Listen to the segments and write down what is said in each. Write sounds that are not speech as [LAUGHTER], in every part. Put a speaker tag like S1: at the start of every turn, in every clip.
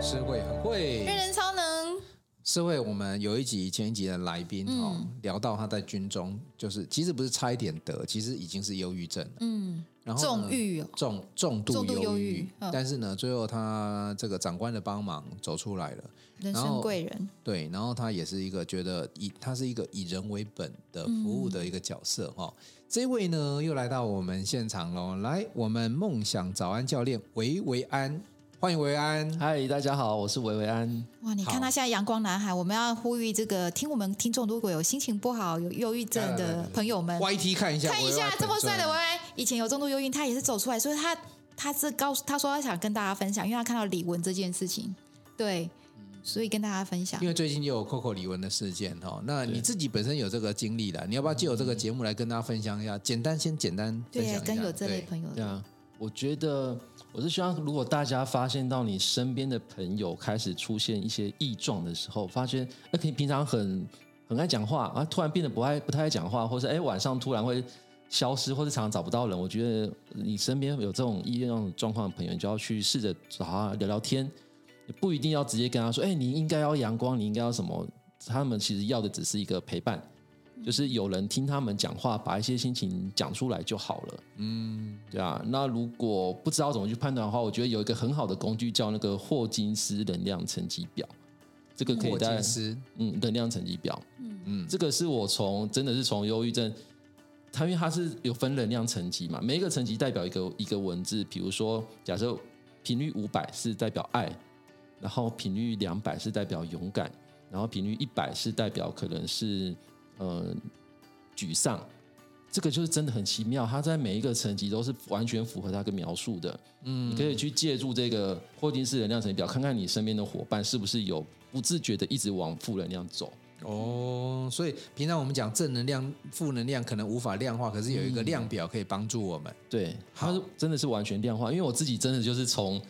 S1: 是会很会
S2: 人人超能，
S1: 是会我们有一集前一集的来宾
S2: 嗯
S1: 哦，聊到他在军中，就是其实不是差一点得，其实已经是忧郁症了。
S2: 嗯，
S1: 然后呢
S2: 重郁哦，
S1: 重重度
S2: 重度
S1: 忧
S2: 忧
S1: 郁
S2: 郁，嗯
S1: 但是呢，最后他这个长官的帮忙走出来了。
S2: 人
S1: 然后
S2: 生贵人，
S1: 对，然后他也是一个觉得以他是一个以人为本的服务的一个角色哈、哦。这位呢又来到我们现场喽，来，我们梦想早安教练维维安，欢迎维安。
S3: 嗨，大家好，我是维维安。
S2: 哇！你看他现在阳光男孩，我们要呼吁这个听我们听众，如果有心情不好、有忧郁症
S1: 来来来
S2: 的
S1: 来
S2: 朋友们，
S1: YT 看一下，
S2: 看一
S1: 维维
S2: 下
S1: 安
S2: 这么
S1: 本尊
S2: 帅的维维，以前有重度忧郁，他也是走出来，所以他他是告诉他说他想跟大家分享，因为他看到李玟这件事情，对，所以跟大家分享
S1: 因。为最近就有 Coco 李玟的事件哈，那你自己本身有这个经历了，你要不要借由这个节目来跟大家分享一下？简单先简单分享
S2: 对
S1: 一，下，
S2: 跟有这类
S1: 对
S2: 朋友的
S3: 对啊，我觉得我是希望，如果大家发现到你身边的朋友开始出现一些异状的时候，发现那平平常很很爱讲话啊，突然变得不爱不太爱讲话，或是哎晚上突然会消失，或是常常找不到人，我觉得你身边有这种异样状况的朋友，你就要去试着找他聊聊天，也不一定要直接跟他说，哎，你应该要阳光，你应该要什么？他们其实要的只是一个陪伴。
S1: 嗯
S3: 就是有人听他们讲话，把一些心情讲出来就好了。
S1: 嗯
S3: 对啊，那如果不知道怎么去判断的话，我觉得有一个很好的工具叫那个霍金斯能量层级表，这个可以
S1: 霍
S3: 在
S1: 金斯，
S3: 嗯能量层级表，嗯嗯，这个是我从真的是从忧郁症，它因为它是有分能量层级嘛，每一个层级代表一个一个文字，比如说假设频率五百是代表爱，然后频率两百是代表勇敢，然后频率一百是代表可能是呃沮丧，这个就是真的很奇妙，它在每一个层级都是完全符合它跟描述的。嗯，你可以去借助这个霍金斯能量层级表，看看你身边的伙伴是不是有不自觉的一直往负能量走。
S1: 哦，所以平常我们讲正能量、负能量可能无法量化，可是有一个量表可以帮助我们。
S3: 对，
S1: 好
S3: 它是真的是完全量化，因为我自己真的就是从。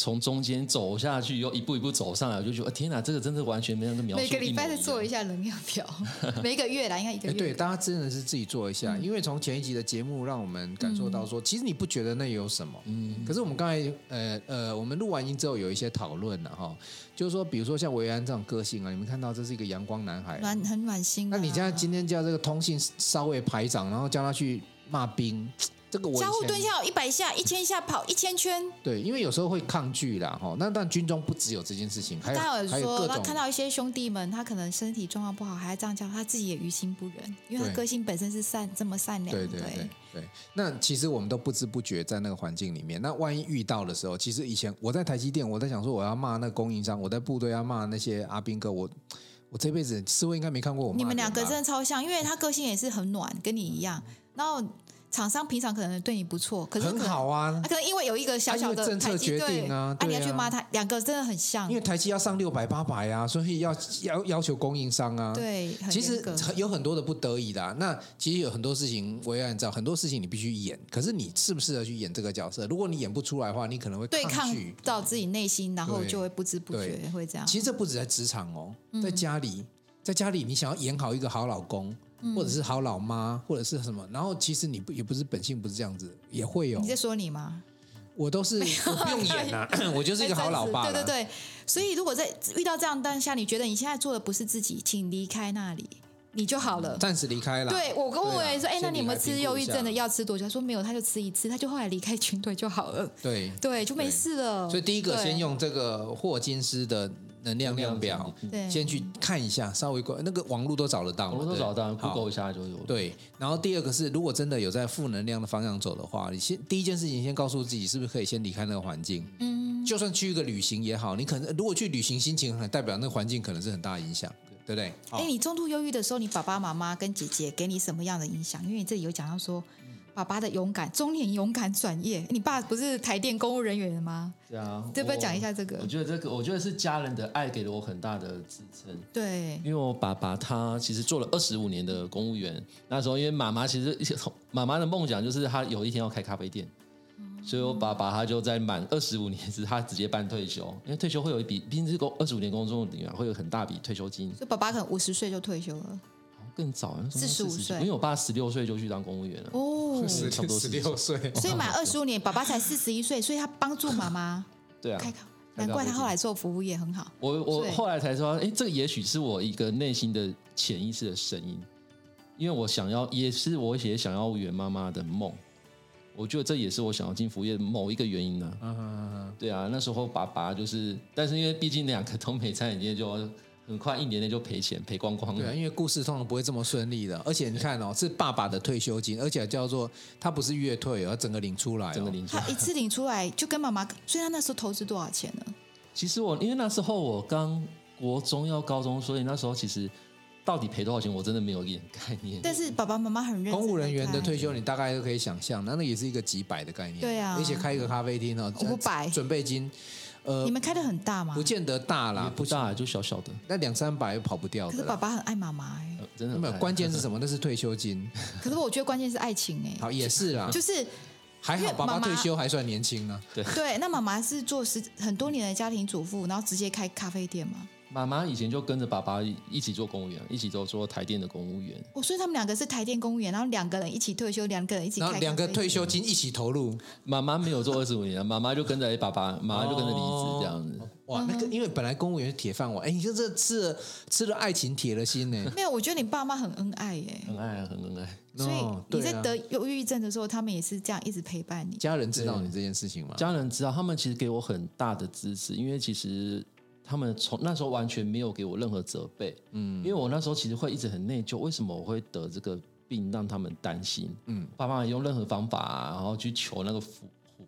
S3: 从中间走下去，又一步一步走上来，我就觉得、啊天哪，这个真的完全没有跟描述
S2: 每个礼拜再
S3: 一模一样
S2: 做一下能量表， [LAUGHS] 每个月啦，应该一个嗯
S1: 哎，
S2: 月。
S1: 对，大家真的是自己做一下，因为从前一集的节目让我们感受到
S2: 嗯
S1: 说，其实你不觉得那有什么，嗯，可是我们刚才呃呃，我们录完音之后有一些讨论了哈，就是说，比如说像维安这种个性啊，你们看到这是一个阳光男孩，
S2: 暖很暖心啊、
S1: 那你现在今天叫这个通信稍微排长，然后叫他去骂兵，这个我以
S2: 家
S1: 前
S2: 户蹲下一百下，一千下跑一千圈。
S1: 对，因为有时候会抗拒啦，哈。那但军中不只有这件事情，还有
S2: 他
S1: 还
S2: 有
S1: 有各
S2: 说，他
S1: 种
S2: 看到一些兄弟们，他可能身体状况不好，还这样叫，他自己也于心不忍，因为他
S1: 对
S2: 个性本身是善这么善良。
S1: 对对对对。那其实我们都不知不觉在那个环境里面。那万一遇到的时候，其实以前我在台积电，我在想说我要骂那个供应商，我在部队要骂那些阿兵哥，我我这辈子师傅应该没看过我骂
S2: 你们
S1: 人啊
S2: 两个
S1: 吧
S2: 真的超像，因为他个性也是很暖，跟你一样。然后厂商平常可能对你不错，可是
S1: 很
S2: 可能
S1: 好啊
S2: 啊，。可能因为有一个小小
S1: 啊因为
S2: 的
S1: 政策
S2: 台积
S1: 决
S2: 对
S1: 定啊
S2: 啊，
S1: 对
S2: 你要去
S1: 啊
S2: 骂他，两个真的很像
S1: 因，为台积要上六百八百啊，所以要要要求供应商啊。
S2: 对，很
S1: 其
S2: 严
S1: 实
S2: 格
S1: 有很多的不得已啦。那其实有很多事情，我也按照很多事情你必须演，可是你适不适合去演这个角色？如果你演不出来的话，你可能会
S2: 对抗
S1: 拒。
S2: 到自己内心，然后
S1: 对
S2: 就会不知不
S1: 对
S2: 觉会这样。
S1: 其实这不止在职场哦，
S2: 嗯
S1: 在家里，在家里你想要演好一个好老公，
S2: 嗯
S1: 或者是好老妈，或者是什么，然后其实你不也不是本性不是这样子，也会有
S2: 你。在说你吗？
S1: 我都是我不用演啦、我就是一个好老爸啦
S2: 哎对对对，所以如果在遇到这样当下，你觉得你现在做的不是自己，请离开那里，你就好了。
S1: 暂时离开嗯了。
S2: 对我跟我
S1: 对啊
S2: 也说，哎、那
S1: 先
S2: 你有没
S1: 离
S2: 有
S1: 开
S2: 吃
S1: 评估
S2: 忧
S1: 一
S2: 郁
S1: 下
S2: 症的药吃多久？他说没有，他就吃一次，他就后来离开军队就
S1: [LAUGHS]
S2: 好了，
S1: 对。
S2: 对，就没事了。
S1: 所以第一个
S2: 哦对
S1: 先用这个霍金斯的能量量表，
S2: 对
S1: 先去看一下，稍微关那个网络都找得到嘛，
S3: 我都
S1: 对
S3: 找到
S1: 好
S3: ，Google 一下就有。
S1: 对，然后第二个是，如果真的有在负能量的方向走的话，你先第一件事情先告诉自己，是不是可以先离开那个环境？嗯，就算去一个旅行也好，你可能如果去旅行心情很，代表那个环境可能是很大影响，对不对？好
S2: 哎、你重度忧郁的时候，你爸爸妈妈跟姐姐给你什么样的影响？因为你这里有讲到说，爸爸的勇敢，中年勇敢转业，哎你爸不是台电公务人员吗？
S3: 对啊，
S2: 对不对？
S3: 我
S2: 讲一下这
S3: 我
S1: 嗯
S2: 个，
S3: 觉得这个，我觉得是家人的爱给了我很大的支撑。
S2: 对，
S3: 因为我爸爸他其实做了二十五年的公务员，那时候因为妈妈其实妈妈的梦想就是她有一天要开咖啡店，所以我爸爸他就在满二十五年时他直接办退休，因为退休会有一笔，毕竟是工二十五年工作人员会有很大笔退休金，
S2: 所以爸爸可能五十岁就退休了。
S3: 好像更早，啊
S2: 45
S3: 45
S2: 岁
S3: 因为我爸十六岁就去当公务员
S1: [LAUGHS]
S3: 了，
S2: 哦，
S3: 是差不多
S1: 16岁， [LAUGHS] [LAUGHS]
S2: 所以满二十五年，爸爸才四十一岁，所以他帮助妈妈
S3: 对啊
S2: 开，考。
S1: 改
S2: 难
S1: 造
S2: 怪
S1: 自
S2: 他
S1: 己
S2: 后来做服务业很好。
S3: 我我
S2: 对
S3: 后来才说，哎，这个也许是我一个内心的潜意识的声音，因为我想要，也是我也想要圆妈妈的梦。我觉得这也是我想要进服务业的某一个原因呢、
S1: 嗯哼嗯哼
S3: 对啊，那时候爸爸就是，但是因为毕竟两个都没餐饮业，就很快一年内就赔钱赔光光
S1: 对啊，
S3: 了。
S1: 因为故事通常不会这么顺利的，而且你看哦，是爸爸的退休金，而且叫做他不是月退哦，而整个领出来、哦，
S3: 整个零售
S2: 他一次领出来就跟妈妈，所以他那时候投资多少钱呢？
S3: 其实我因为那时候我刚国中要高中，所以那时候其实到底赔多少钱，我真的没有一点概念。
S2: 但是爸爸妈妈很认真。
S1: 公务人员的，退休，你大概都可以想象，那那也是一个几百的概念。
S2: 对啊
S1: 而且开一个咖啡厅哦，
S2: 500
S1: 准备金，呃
S2: 你，们开的很大吗
S1: 不？见得大
S3: 也
S1: 啦，
S3: 不大，就小小的，
S1: 那两三百又跑不掉
S2: 可
S1: 的
S2: 是爸
S1: 啦。
S2: 爸很爱妈妈哎，
S3: 呃真的很
S1: 没有，
S3: 爱
S1: 关键是什么？那是退休金，
S2: 可是我觉得关键是爱情
S1: [LAUGHS]
S2: 哎，
S1: 好也是啦， [LAUGHS]
S2: 就是
S1: 还好爸爸
S2: 因为妈妈
S1: 退休还算年轻啊呢。
S2: 对，那妈妈是做十很多年的家庭主妇，然后直接开咖啡店嘛。
S3: 妈妈以前就跟着爸爸一起做公务员，一起都做台电的公务员。
S2: 哦，所以他们两个是台电公务员，然后两个人一起退休，两个人一起
S1: 然后
S2: 开咖啡店，嗯
S1: 两个退休金一起投入，
S3: 妈妈没有做二十五年， [LAUGHS] 妈妈就跟着爸爸，妈妈就跟着离职这样子。
S1: 哇，那个因为本来公务员是铁饭碗，哎，你就这吃了吃了爱情铁了心呢。 [LAUGHS]
S2: 没有，我觉得你爸妈很恩爱欸耶，
S3: 很爱啊，很很爱。
S2: 所以
S1: 哦
S2: 你
S1: 对
S2: 在
S1: 啊
S2: 得忧郁症的时候，他们也是这样一直陪伴你。
S1: 家人知道你这件事情吗？
S3: 家人知道，他们其实给我很大的支持，因为其实他们从那时候完全没有给我任何责备。嗯，因为我那时候其实会一直很内疚，为什么我会得这个病，让他们担心。嗯，爸妈也用任何方法、然后去求那个符，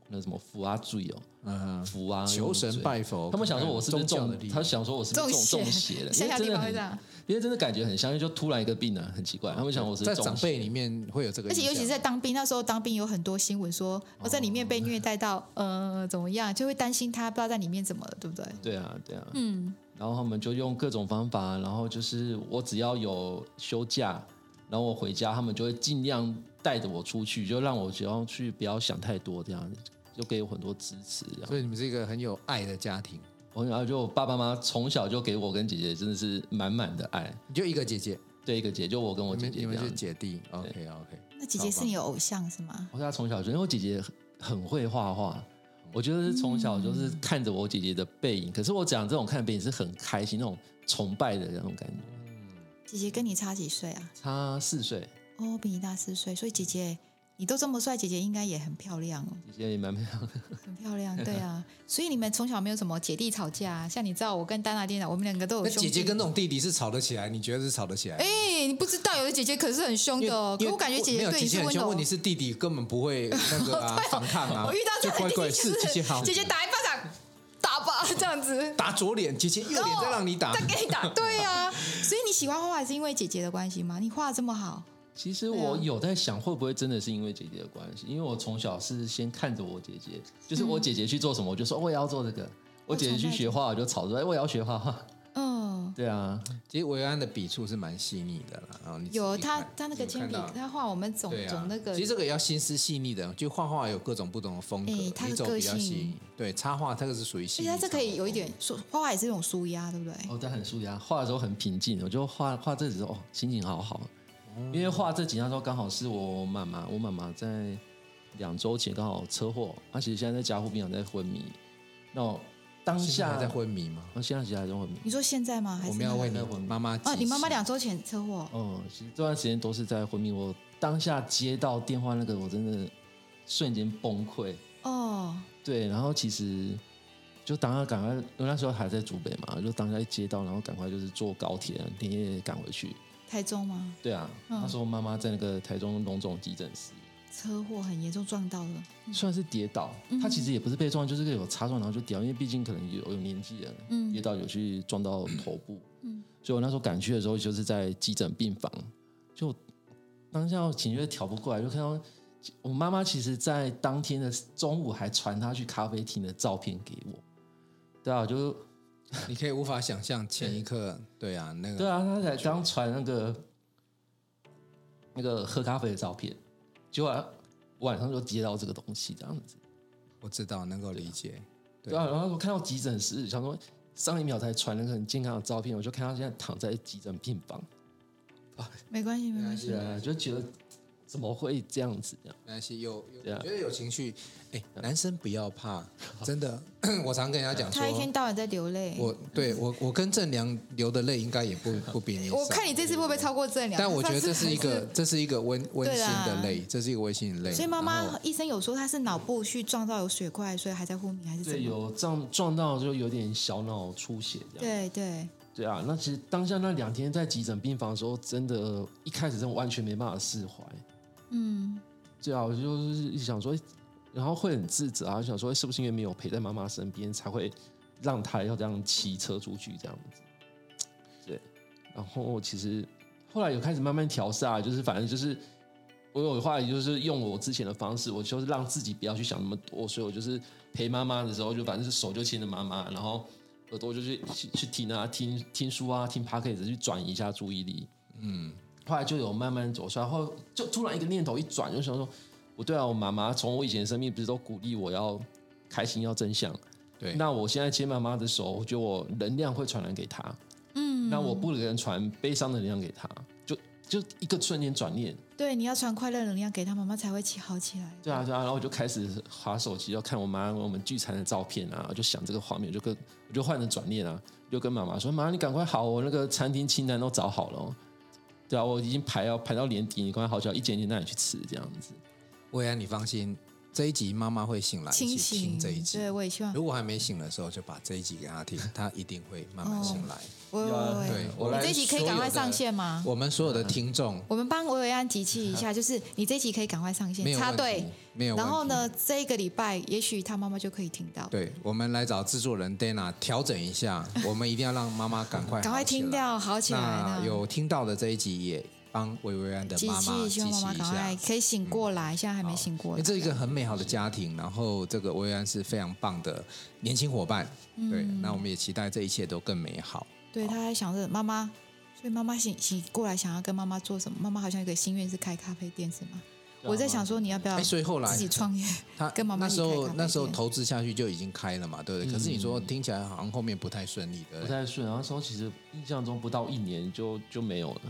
S3: 那个什么符啊罪哦，
S1: 嗯哼，
S3: 符啊，
S1: 求神拜佛，
S3: 他们想说我是不是
S1: 宗教
S3: 中
S1: 的力，量
S3: 他想说我是不是中
S2: 中
S3: 中
S2: 邪 [LAUGHS]
S3: 邪了？
S2: 乡下
S3: 因为
S2: 地
S3: 真的
S2: 方会
S3: 很
S2: 这样，
S3: 因为真的感觉很像，就突然一个病啊，很奇怪。他们想我是
S1: 哦
S3: 不
S1: 在
S3: 是中
S1: 长
S3: 邪
S1: 辈里面会有这个
S2: 而
S1: 印
S2: 且
S1: 象，
S2: 尤其是在当兵那时候，当兵有很多新闻说我在里面
S1: 哦
S2: 被虐待到呃怎么样，就会担心他不知道在里面怎么了，对不对？
S3: 对啊，对啊。
S2: 嗯，
S3: 然后他们就用各种方法，然后就是我只要有休假，然后我回家，他们就会尽量带着我出去，就让我只要去不要想太多这样子。就给我很多支持，这样
S1: 所以你们是一个很有爱的家庭，
S3: 我然后就我爸爸妈妈从小就给我跟姐姐真的是满满的爱。
S1: 你就一个姐姐，
S2: 嗯
S3: 对一个姐，就我跟我
S1: 你
S3: 姐
S1: 们
S3: 姐
S1: 你
S3: 这
S1: 们
S3: 样
S1: 是
S3: 子。
S1: 姐弟，OK OK，
S2: 那姐姐是你的偶像是吗？
S3: 我跟她从小就，因为我姐姐很很会画画，我觉得是从小就是
S2: 嗯
S3: 看着我姐姐的背影。可是我讲这种看背影是很开心，那种崇拜的那种感觉。
S2: 姐姐跟你差几岁啊？
S3: 差四岁，
S2: 哦，比你大四岁，所以姐姐你都这么帅，姐姐应该也很漂亮哦。
S3: 姐姐也蛮漂亮的。
S2: 很漂亮，对
S1: [LAUGHS]
S2: 啊，所以你们从小没有什么姐弟吵架、啊，像你知道我跟丹娜店长，我们两个都有
S1: 那
S2: 兄弟。
S1: 姐姐跟那种弟弟是吵得起来，你觉得是吵得起来吗
S2: 哎、？你不知道，有的姐姐可是很凶
S1: 因
S2: 的哦
S1: 为，
S2: 可
S1: 因
S2: 是
S1: 为
S2: 我感觉姐
S1: 没有
S2: 对你
S1: 姐
S2: 是
S1: 姐很
S2: 温
S1: 凶，
S2: 柔
S1: 问题
S2: 的。
S1: 是弟弟根本不会那个
S2: [LAUGHS]
S1: 啊反抗啊，
S2: 我遇到这
S1: 就
S2: 样的
S1: 乖
S2: 弟弟
S1: 乖
S2: 就是
S1: 姐姐好，
S2: 姐姐打一巴掌，打吧 [LAUGHS] 这样子，
S1: 打左脸，姐姐右脸再让你打
S2: 再，给你打，对
S1: [LAUGHS]
S2: 啊。所以你喜欢画画是因为姐姐的关系吗？你画得这么好，
S3: 其实
S2: 对啊
S3: 我有在想，会不会真的是因为姐姐的关系？因为我从小是先看着我姐姐，就是
S2: 嗯
S3: 我姐姐去做什么，我就说哦我也要做这个；我姐姐去学画，我就吵着哎，我也要学画画。
S2: 嗯，
S3: 对啊，
S1: 其实维安的笔触是蛮细腻的啦，然后你
S2: 有
S1: 仔细
S2: 她
S1: 看
S2: 她那个
S1: 你有
S2: 铅
S1: 看
S2: 笔
S1: 到，
S2: 她画我们总
S1: 对啊
S2: 总那个
S1: 其，实这个也要心思细腻的，就画画有各种不同的风格，
S2: 哎他的
S1: 你走比较
S2: 个性
S1: 细腻，对，插画这个是属于细
S2: 而
S1: 腻。
S2: 且她这可以
S1: 插画
S2: 有一点说画画也是一种舒压，对不对？
S3: 哦，但很舒压，画的时候很平静，我就画画这时候哦，心情好好。因为画这几张的时候，刚好是我妈妈，我妈妈在两周前刚好车祸，她、其实现在在加护病房在昏迷。那我当
S1: 风格现在
S3: 下
S1: 还在，昏迷吗？
S3: 哦现在其实还在昏迷。
S2: 你说现在吗？还是
S1: 我们要为
S3: 还
S1: 你
S3: 在昏迷
S1: 妈妈
S2: 哦，你妈妈
S1: 俩
S2: 两周前车祸，
S3: 哦，其实这段时间都是在昏迷。我当下接到电话那个，我真的瞬间崩溃。
S2: 哦，
S3: 对，然后其实就当下赶快，因为那时候还在竹北嘛，就当下一接到，然后赶快就是坐高铁连夜赶回去。
S2: 台中吗？
S3: 对啊，
S2: 嗯
S3: 那时候妈妈在那个台中龙总急诊室，
S2: 车祸很严重，撞到了。
S3: 算是跌倒，
S2: 嗯
S3: 她其实也不是被撞，就是有擦撞，然后就掉，因为毕竟可能有有年纪人，
S2: 嗯
S3: 跌倒有去撞
S2: [COUGHS]
S3: 到头部，所以我那时候赶去的时候就是在急诊病房，就当下我情绪调不过来，就看到我妈妈其实，在当天的中午还传她去咖啡厅的照片给我，对啊，就
S1: 你可以无法想象前一刻，对啊，那个
S3: 对啊，她才刚传那个那个喝咖啡的照片，结果晚上就接到这个东西这样子。
S1: 我知道能够理解。对
S3: 对啊，然后我看到急诊室，想说上一秒才传那个很健康的照片，我就看他现在躺在急诊病房，
S1: 啊
S3: 嗯
S2: 没关系，没关系。
S3: 啊对啊，就觉得怎么会这样子？这样
S1: 没关系，有有
S3: 对啊啊
S1: 觉得有情绪，哎，男生不要怕，真的， [CLEARS THROAT] 我常跟人家讲
S2: 他一天
S1: 说，
S2: 到晚在流泪。
S1: 我对我我跟郑良流的泪应该也
S2: [LAUGHS]
S1: 不不比你少。
S2: 我看你这次会不会超过正良？
S1: 但我觉得
S2: 上次
S1: 这是一
S2: 还
S1: 个这是一个温温馨的
S2: 对啊
S1: 泪，这是一个温馨的泪。
S2: 所以妈
S1: 然后
S2: 妈医生有说他是脑部去撞到有血块，所以还在昏迷还是怎
S3: 对，
S2: 么？
S3: 有撞撞到就有点小脑出血这样。
S2: 对对，
S3: 对啊，那其实当下那两天在急诊病房的时候，真的，一开始真的完全没办法释怀。
S2: 嗯，
S3: 对啊，我就是一直想说，诶然后会很自责啊，想说诶是不是因为没有陪在妈妈身边，才会让她要这样骑车出去这样子。对，然后其实后来有开始慢慢调试啊，就是反正就是我有话，就是用我之前的方式，我就是让自己不要去想那么多，所以我就是陪妈妈的时候，就反正是手就牵着妈妈，然后耳朵就去去去听啊，听听书啊，听 p o d c a s t 去转移一下注意力。后来就有慢慢走出来，后就突然一个念头一转，就想说，我对啊，我妈妈从我以前生命不是都鼓励我要开心要正向，
S1: 对
S3: 那我现在牵妈妈的手，我觉得我能量会传染给她，嗯，那我不能传悲伤的能量给她，就就一个瞬间转念，
S2: 对，你要传快乐能量给他，妈妈才会起好起来。
S3: 对啊对啊，然后我就开始划手机，要看我妈我们聚餐的照片啊，我就想这个画面，我就跟我就换了转念啊，就跟妈妈说，妈你赶快好哦，我那个餐厅清单都找好了哦、对啊，我已经排要排到年底，你赶快好久一间一间带你去吃这样子。
S1: 薇安，你放心，这一集妈妈会醒来啊一
S2: 清
S1: 起听
S2: 醒
S1: 这一，集
S2: 对。我也希望。
S1: 如果还没醒的时候，就把这一集给她听，她一定会慢
S2: 哦
S1: 慢醒来。
S2: 喂喂喂，
S1: 啊对我
S2: 你
S1: 来
S2: 这集可以
S1: 所
S2: 赶
S1: 有
S2: 快
S1: 的
S2: 上线吗？
S1: 我们所有的听众
S2: 我们帮维维安集气
S1: [LAUGHS]
S2: 一下，就是你这集可以赶快上
S1: 没
S2: 线，
S1: 有
S2: 插
S1: 问题
S2: 队。
S1: 没有问题
S2: 然后？呢，这一个礼拜，也许他妈妈就可以听到，
S1: 对，我们来找制作人 Dana 调整一
S2: [LAUGHS]
S1: 下，我们一定要让妈妈赶快
S2: 赶快
S1: 好起
S2: 听
S1: 来。
S2: 掉，好起来
S1: 那
S2: 呢。
S1: 有听到的这一集也帮薇薇安的
S2: 集
S1: 妈妈集
S2: 气，
S1: 气
S2: 希望妈妈
S1: 一
S2: 赶快
S1: 下。嗯
S2: 可以醒过来，现在还没醒过
S1: 因
S2: 来
S1: 为。这是一个很美好的家庭，然后这个薇薇安是非常棒的年轻伙伴，
S2: 嗯
S1: 对，那我们也期待这一切都更美好。
S2: 对，他还想着妈妈，所以妈妈醒醒过来，想要跟妈妈做什么？妈妈好像有个心愿是开咖啡店，是吗？我在想说，你要不要
S1: 哎，所以后来
S2: 自己
S1: [LAUGHS]
S2: 创业？
S1: 他
S2: 跟妈妈
S1: 那
S2: 一起
S1: 时
S2: 开咖嗯
S1: 候
S2: 啡
S1: 那时候
S2: 店
S1: 投资下去就已经开了嘛，对不对？可是你说听起来好像后面不太顺利
S3: 不
S2: 嗯，
S1: 的，
S3: 太顺。然后那时候其实印象中不到一年就就没有了。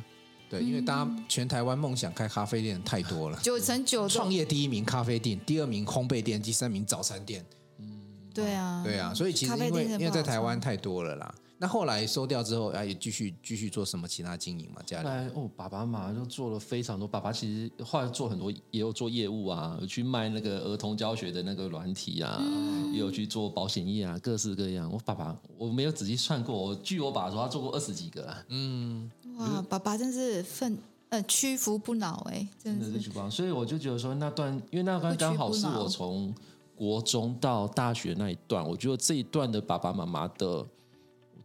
S1: 对，因为大家全台湾梦想开咖啡店太多了
S2: 九乘九都
S1: 创业第一名咖啡店，第二名烘焙店，第三名早餐店，
S2: 对啊，
S1: 对啊，所以其实
S2: 咖啡
S1: 因为
S2: 店真的
S1: 因
S2: 不
S1: 为在
S2: 好
S1: 台湾
S2: 创
S1: 太多了啦。那后来收掉之后，啊，也继续继续做什么其他经营嘛？家
S3: 后
S1: 里
S2: 啊
S3: 来哦，爸爸马上就做了非常多。爸爸其实后来做很多，也有做业务啊，有去卖那个儿童教学的那个软体啊，也有去做保险业啊，各式各样。我爸爸我没有仔细算过，我据我爸说他做过二十几个啊，
S2: 哇，爸爸真是奋呃屈服不挠哎、真
S3: 真
S2: 的
S3: 的是
S2: 是
S3: 去帮。所以我就觉得说那段，因为那段
S2: 不屈
S3: 刚好
S2: 不
S3: 是
S2: 挠
S3: 我从国中到大学那一段，我觉得这一段的爸爸妈妈的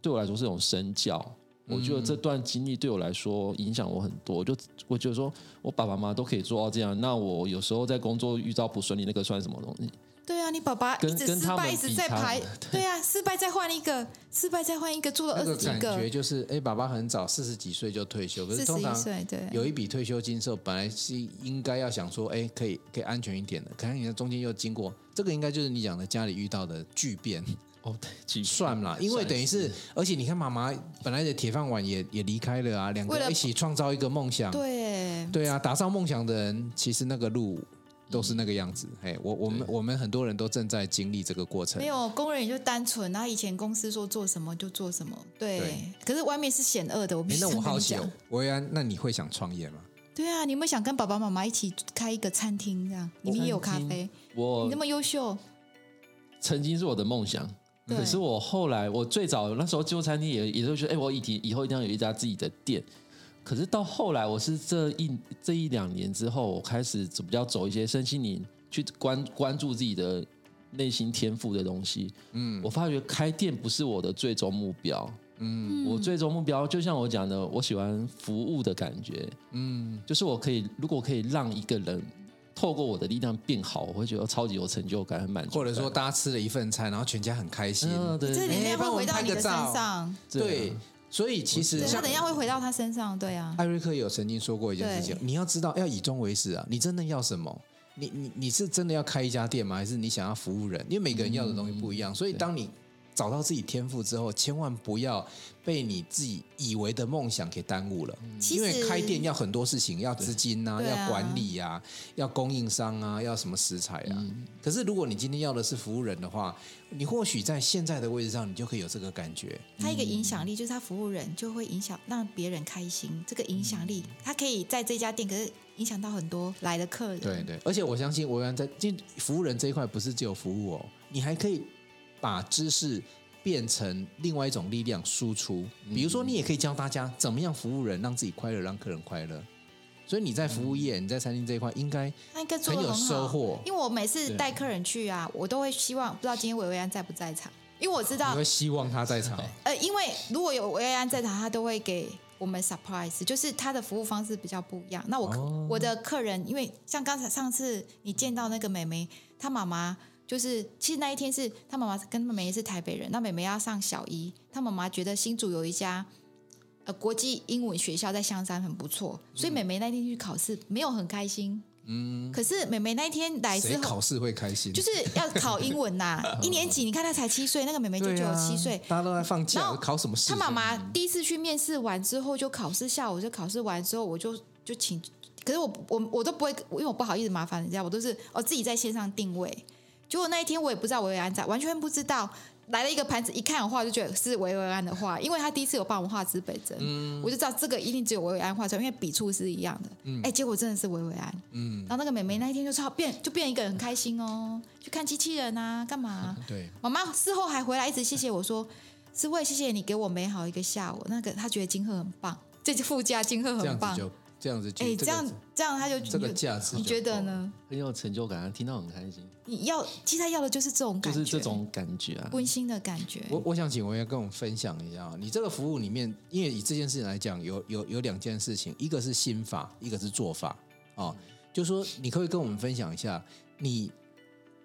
S3: 对我来说是一种身教。我觉得这段经历对我来说影响我很多，我就我觉得说我爸爸妈妈都可以做到这样，那我有时候在工作遇到不顺利，那个算什么东西？
S2: 对啊，你爸爸
S3: 跟
S2: 一直
S3: 跟
S2: 失
S3: 他
S2: 败，
S3: 们
S2: 一直
S3: 比
S2: 在
S3: 他
S2: 排
S3: 们，
S2: 对啊，失败再换一个，失败再换一个，做了
S1: 那
S2: 二
S1: 个
S2: 十几
S1: 感
S2: 个
S1: 觉，就是，哎、爸爸很早四十几岁就退休，可是
S2: 四十
S1: 通
S2: 一
S1: 常
S2: 岁，对，
S1: 有一笔退休金的时候，本来是应该要想说，哎、可以可以安全一点的，可是你在中间又经过，这个应该就是你讲的家里遇到的巨变， [LAUGHS]
S3: 哦，对，其实
S1: 算啦，因为
S3: 算
S1: 等于是
S3: 是，
S1: 而且你看妈妈本来的铁饭碗也也离开了啊，两
S2: 为
S1: 个
S2: 了
S1: 一起创造一个梦想，
S2: 对，
S1: 对啊，打造梦想的人，其实那个路都是那个样子，哎、我我们我们很多人都正在经历这个过程
S2: 没，有工人也就单纯，然后以前公司说做什么就做什么，对。
S1: 对
S2: 可是外面是险恶的，我必
S1: 哎
S2: 须
S1: 那我
S2: 这么
S1: 好奇
S2: 讲
S1: 哦，维安，那你会想创业吗？
S2: 对啊，你有没有想跟爸爸妈妈一起开一个餐厅这样？里面也有咖
S3: 餐
S2: 啡，你
S3: 我
S2: 那么优秀，
S3: 曾经是我的梦想，
S2: 对
S3: 可是我后来，我最早那时候就餐厅也也就觉得，哎、我以前以后一定要有一家自己的店。可是到后来，我是这一这一两年之后，我开始比较走一些身心灵，去关关注自己的内心天赋的东西。嗯，我发觉开店不是我的最终目标。嗯，我最终目标就像我讲的，我喜欢服务的感觉。嗯，就是我可以，如果可以让一个人透过我的力量变好，我会觉得超级有成就感，很满足感。
S1: 或者说大家吃了一份菜，然后全家很开心。
S3: 嗯，对，
S2: 这里面会
S1: 帮我
S2: 回
S1: 们
S2: 到
S1: 拍
S2: 你
S1: 个
S2: 的身
S1: 照
S2: 上，
S1: 对，所以其实
S2: 对，他
S1: 像
S2: 等一下会回到他身上，对啊。
S1: 艾瑞克有曾经说过一件事情
S2: 对，
S1: 你要知道要以终为始啊，你真的要什么？
S2: 嗯
S1: 你你你是真的要开一家店吗？还是你想要服务人？因为每个人要的东西不一样，所以当你找到自己天赋之后，千万不要被你自己以为的梦想给耽误了。
S2: 其
S1: 因
S2: 实
S1: 为开店要很多事情，要资金呐、
S2: 嗯对啊
S1: 要管理呀、要供应商啊，要什么食材啊。
S2: 嗯
S1: 可是如果你今天要的是服务人的话，你或许在现在的位置上，你就可以有这个感觉。
S2: 他一个影响力就是他服务人就会影响让别人开心，这个影响力他可以在这家店，可是影响到很多来的客人。
S1: 对对，而且我相信维安在进服务人这一块，不是只有服务哦，你还可以把知识变成另外一种力量输出。比如说，你也可以教大家怎么样服务人，让自己快乐，让客人快乐。所以你在服务业，你在餐厅这一块，应该
S2: 他应该做的
S1: 很有
S2: 好，
S1: 收获
S2: 因为我每次带客人去啊，我都会希望不知道今天维维安在不在场，因为我知
S1: 你
S2: 道
S1: 会，希望他在场。
S2: 呃，因为如果有维维安在场，他都会给我们 surprise，就是他的服务方式比较不一样。那我、
S1: 哦
S2: 我的客人，因为像刚才上次你见到那个美眉，她妈妈。就是，其实那一天是她妈妈跟妹妹是台北人，那妹妹要上小一，她妈妈觉得新竹有一家呃国际英文学校在香山很不错，所以妹妹那天去考试没有很开心，
S1: 嗯，
S2: 可是妹妹那一天来之
S1: 谁
S2: 后
S1: 考，试会开心？
S2: 就是要考英文
S1: [LAUGHS]
S2: 呐、一年级，你看她才七岁，那个妹妹就
S1: 对
S2: 只有
S1: 啊
S2: 七岁。
S1: 大家都在放
S2: 然
S1: 假，
S2: 后
S1: 考什么试？
S2: 她妈妈第一次去面试完之后就考试，下午就考试完之后我就就请，可是我我我都不会，因为我不好意思麻烦人家，我都是哦自己在线上定位。结果那一天我也不知道维维安在，完全不知道。来了一个盘子，一看我画就觉得是维维安的画，因为他第一次有帮我画指北针，我就知道这个一定只有维维安画出来，因为笔触是一样的。哎、结果真的是维维安，
S1: 嗯，
S2: 然后那个妹妹那一天就超变，就变一个人很开心哦，去看机器人啊，干嘛、
S1: 对，
S2: 妈妈事后还回来一直谢谢我说：“思慧，谢谢你给我美好一个下午。”那个她觉得金鹤很棒，这就附加金鹤
S1: 这
S2: 很
S1: 样
S2: 棒
S1: 子。就这样子就
S2: 哎，
S1: 这
S2: 这
S1: 个
S2: 样这样她就
S1: 这个
S2: 你
S1: 价值
S2: 你
S1: 就
S2: 觉得呢？
S3: 很有成就感，听到很开心，
S2: 你要其实她要的就是这种
S3: 就
S2: 感觉，
S3: 是这种感觉啊。
S2: 温馨的感觉。
S1: 我我想请文要跟我们分享一下，啊你这个服务里面，因为以这件事情来讲，有有有两件事情，一个是心法，一个是做法哦。就说你可不可以跟我们分享一下，你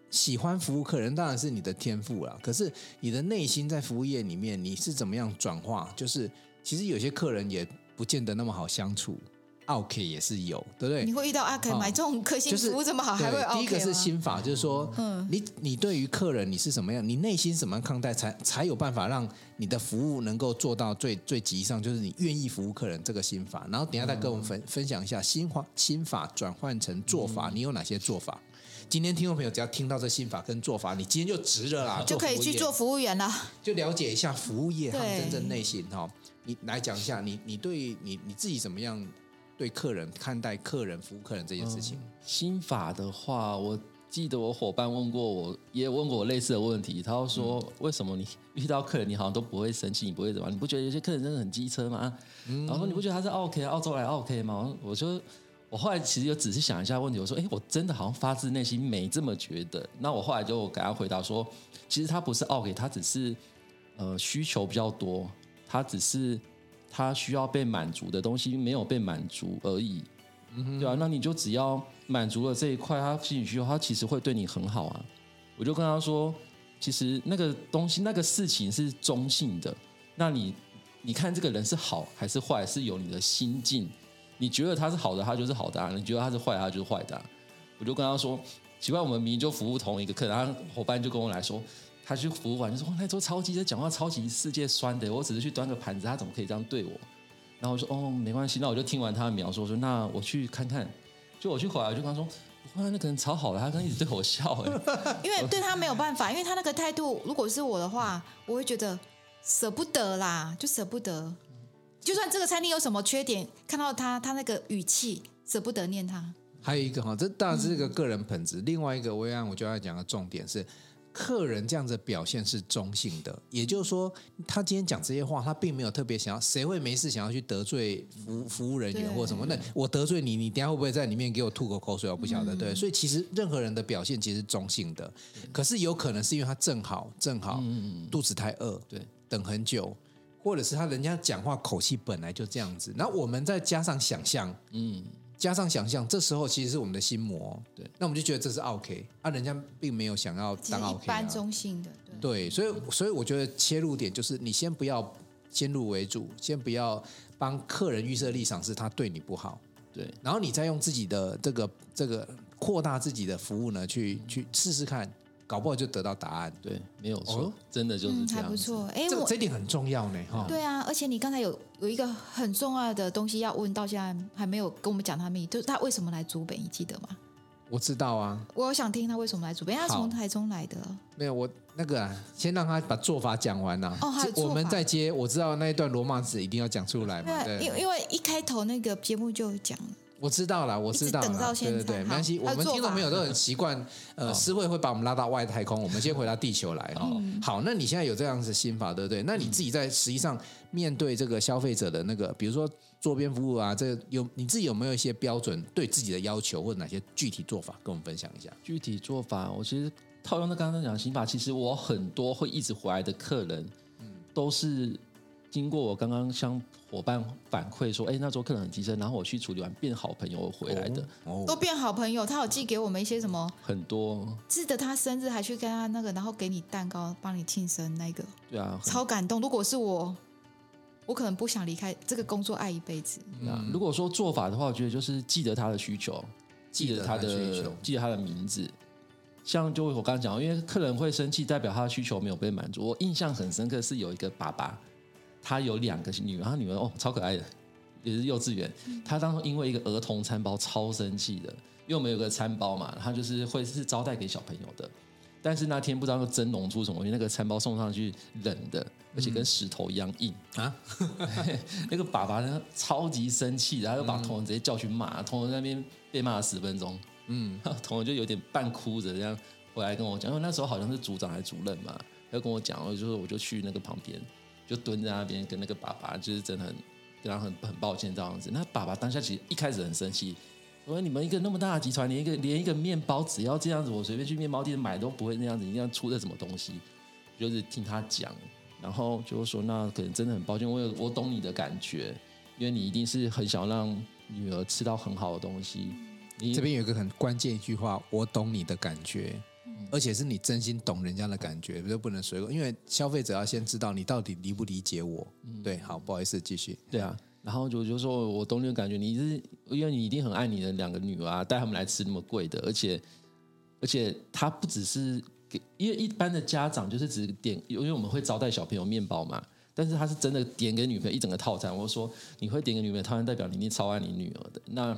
S1: 喜欢服务客人，当然是你的天赋啦。可是你的内心在服务业里面，你是怎么样转化？就是其实有些客人也不见得那么好相处，OK 也是有，对不对？
S2: 你会遇到阿肯买
S1: 哦
S2: 这种克星
S1: 就是
S2: 服务这么好，还会
S1: 对
S2: OK
S1: 第一个是
S2: 吗
S1: 心法，就是说，
S2: 嗯
S1: 你你对于客人你是什么样，你内心什么样看待，才才有办法让你的服务能够做到最最极上，就是你愿意服务客人这个心法。然后等一下再跟我们分、分享一下心法心法转换成做法，
S2: 嗯
S1: 你有哪些做法？今天听众朋友只要听到这心法跟做法，你今天就值了啦，
S2: 就可以
S1: 服务
S2: 去
S1: 业
S2: 做，服务员啊了。
S1: 就了解一下服务业他们
S2: 对
S1: 真正内心哈、哦。你来讲一下，你你对你你自己怎么样对客人看待客人服务客人这件事
S2: 哦
S1: 情？
S3: 心法的话，我记得我伙伴问过我，也问过我类似的问题。他说：“为什么你遇到客人，你好像都不会生气，你不会怎么样？你不觉得有些客人真的很机车吗？”然后说：“你不觉得他是哎 OK 澳洲来 OK 吗？”我说：“我后来其实有仔细想一下问题，我说：‘哎，我真的好像发自内心没这么觉得。’那我后来就给他回答说：‘其实他不是 OK，他只是呃需求比较多，他只是他需要被满足的东西没有被满足而已。’对啊，那你就只要满足了这一块他心理需求，他其实会对你很好啊。我就跟他说，其实那个东西、那个事情是中性的，那你你看这个人是好还是坏，是有你的心境。你觉得他是好的，他就是好的、啊；你觉得他是坏的，他就是坏的啊、我就跟他说，奇怪，我们明明就服务同一个客人，他伙伴就跟我来说，他去服务完就说，哇，那桌超级这讲话超级世界酸的，我只是去端个盘子，他怎么可以这样对我？然后我说哦，没关系，那我就听完他的描述，我说那我去看看。就我去回来，我就跟他说，哇，那个人超好的，他刚一直对我笑，
S2: [LAUGHS]
S3: 哎，
S2: 因为对他没有办法，因为他那个态度，如果是我的话，我会觉得舍不得啦，就舍不得。就算这个餐厅有什么缺点，看到他他那个语气，舍不得念他。
S1: 还有一个哈，这当然是一个个人本质。另外一个，薇安我就要讲的重点是，客人这样子表现是中性的，也就是说，他今天讲这些话，他并没有特别想要，谁会没事想要去得罪服服务人员
S2: 对
S1: 或什么？那我得罪你，你等一下会不会在里面给我吐口口水？我不晓得。对，所以其实任何人的表现其实是中性的，可是有可能是因为他正好正
S3: 嗯
S1: 好肚子太饿，
S3: 对，
S1: 等很久。或者是他人家讲话口气本来就这样子，然后我们再加上想象，
S3: 嗯，
S1: 加上想象，这时候其实是我们的心魔。
S3: 对，
S1: 那我们就觉得这是 OK，啊，人家并没有想要
S2: 其实
S1: 当
S2: 一
S1: OK
S2: 般
S1: 啊。
S2: 中性的，对
S1: 对，所以所以我觉得切入点就是你先不要先入为主，先不要帮客人预设立场是他对你不好，
S3: 对，
S1: 然后你再用自己的这个这个扩大自己的服务呢，去去试试看。搞不好就得到答案。
S3: 对，没有错，
S1: 哦
S3: 真的就是
S2: 嗯，
S3: 这
S2: 还
S3: 样
S2: 不
S3: 子。
S2: 错。哎，
S1: 这
S2: 我
S1: 这一点很重要呢，哈。
S2: 对啊，而且你刚才有有一个很重要的东西要问，到现在还没有跟我们讲他们，就是他为什么来竹北，你记得吗？
S1: 我知道啊，
S2: 我有想听他为什么来竹北，因为他
S1: 好
S2: 从台中来的。哦
S1: 没有我那个啊，先让他把做法讲完呐。
S2: 哦还有做
S1: 我
S2: 法
S1: 们再接，我知道那一段罗马字一定要讲出来嘛。
S2: 对，因为
S1: 对，
S2: 因为一开头那个节目就有讲，
S1: 我知道了，我知道
S2: 一直等
S1: 了。
S2: 到现
S1: 对
S2: 在
S1: 对对，没关系，
S2: 好
S1: 我们
S2: 还有做法哦
S1: 听众朋友都很习惯，呃，思慧会把我们拉到外太空，我们先回到地球来哈。
S2: 嗯
S1: 好，那你现在有这样子的心法，对不对？那你自己在实际上面对这个消费者的那个，比如说做边服务啊，这个有你自己有没有一些标准对自己的要求，或者哪些具体做法跟我们分享一下？
S3: 具体做法，我其实套用到刚刚讲的刑法，其实我很多会一直回来的客人，都是经过我刚刚向伙伴反馈说，哎，那时候客人很急症，然后我去处理完变好朋友回来的、
S1: 哦
S2: 都变好朋友，他有寄给我们一些什么，
S3: 很多，
S2: 记得他生日还去跟他那个，然后给你蛋糕帮你庆生那个，
S3: 对啊，很
S2: 超感动。如果是我，我可能不想离开这个工作爱一辈子。
S3: 那、如果说做法的话，我觉得就是记得他的需求，
S1: 记
S3: 记
S1: 得
S3: 得
S1: 他
S3: 他
S1: 的
S3: 的
S1: 需求
S3: 记得他的名字。像就我刚刚讲，因为客人会生气，代表他的需求没有被满足。我印象很深刻是有一个爸爸，他有两个女儿，他女儿哦超可爱的，也是幼稚园。他当初因为一个儿童餐包超生气的，因为我们有个餐包嘛，他就是会是招待给小朋友的。但是那天不知道蒸笼出什么东西，那个餐包送上去冷的，而且跟石头一样硬。
S1: 啊，
S3: 那个爸爸呢超级生气，然后就把同仁直接叫去骂，同仁在那边被骂了十分钟，嗯， [LAUGHS] 同仁就有点半哭着这样回来跟我讲，因为那时候好像是组长还是主任嘛，他就跟我讲，我就是我就去那个旁边，就蹲在那边跟那个爸爸，就是真的很跟他很很抱歉这样子。那爸爸当下其实一开始很生气。我说你们一个那么大的集团，连一个连一个面包只要这样子，我随便去面包店买都不会那样子，你这样出的什么东西？就是听他讲，然后就说那可能真的很抱歉，我有我懂你的感觉，因为你一定是很想让女儿吃到很好的东西。你
S1: 这边有一个很关键一句话，我懂你的感觉，
S2: 嗯
S1: 而且是你真心懂人家的感觉，就不能随口，因为消费者要先知道你到底理不理解我。
S2: 嗯
S1: 对，好，不好意思，继续。
S3: 对啊，然后就就说我懂你的感觉，你是因为你一定很爱你的两个女儿啊，带他们来吃那么贵的，而且而且他不只是给，因为一般的家长就是只点，因为我们会招待小朋友面包嘛。但是他是真的点给女朋友一整个套餐，我说你会点给女朋友套餐，代表你一定超爱你女儿的。那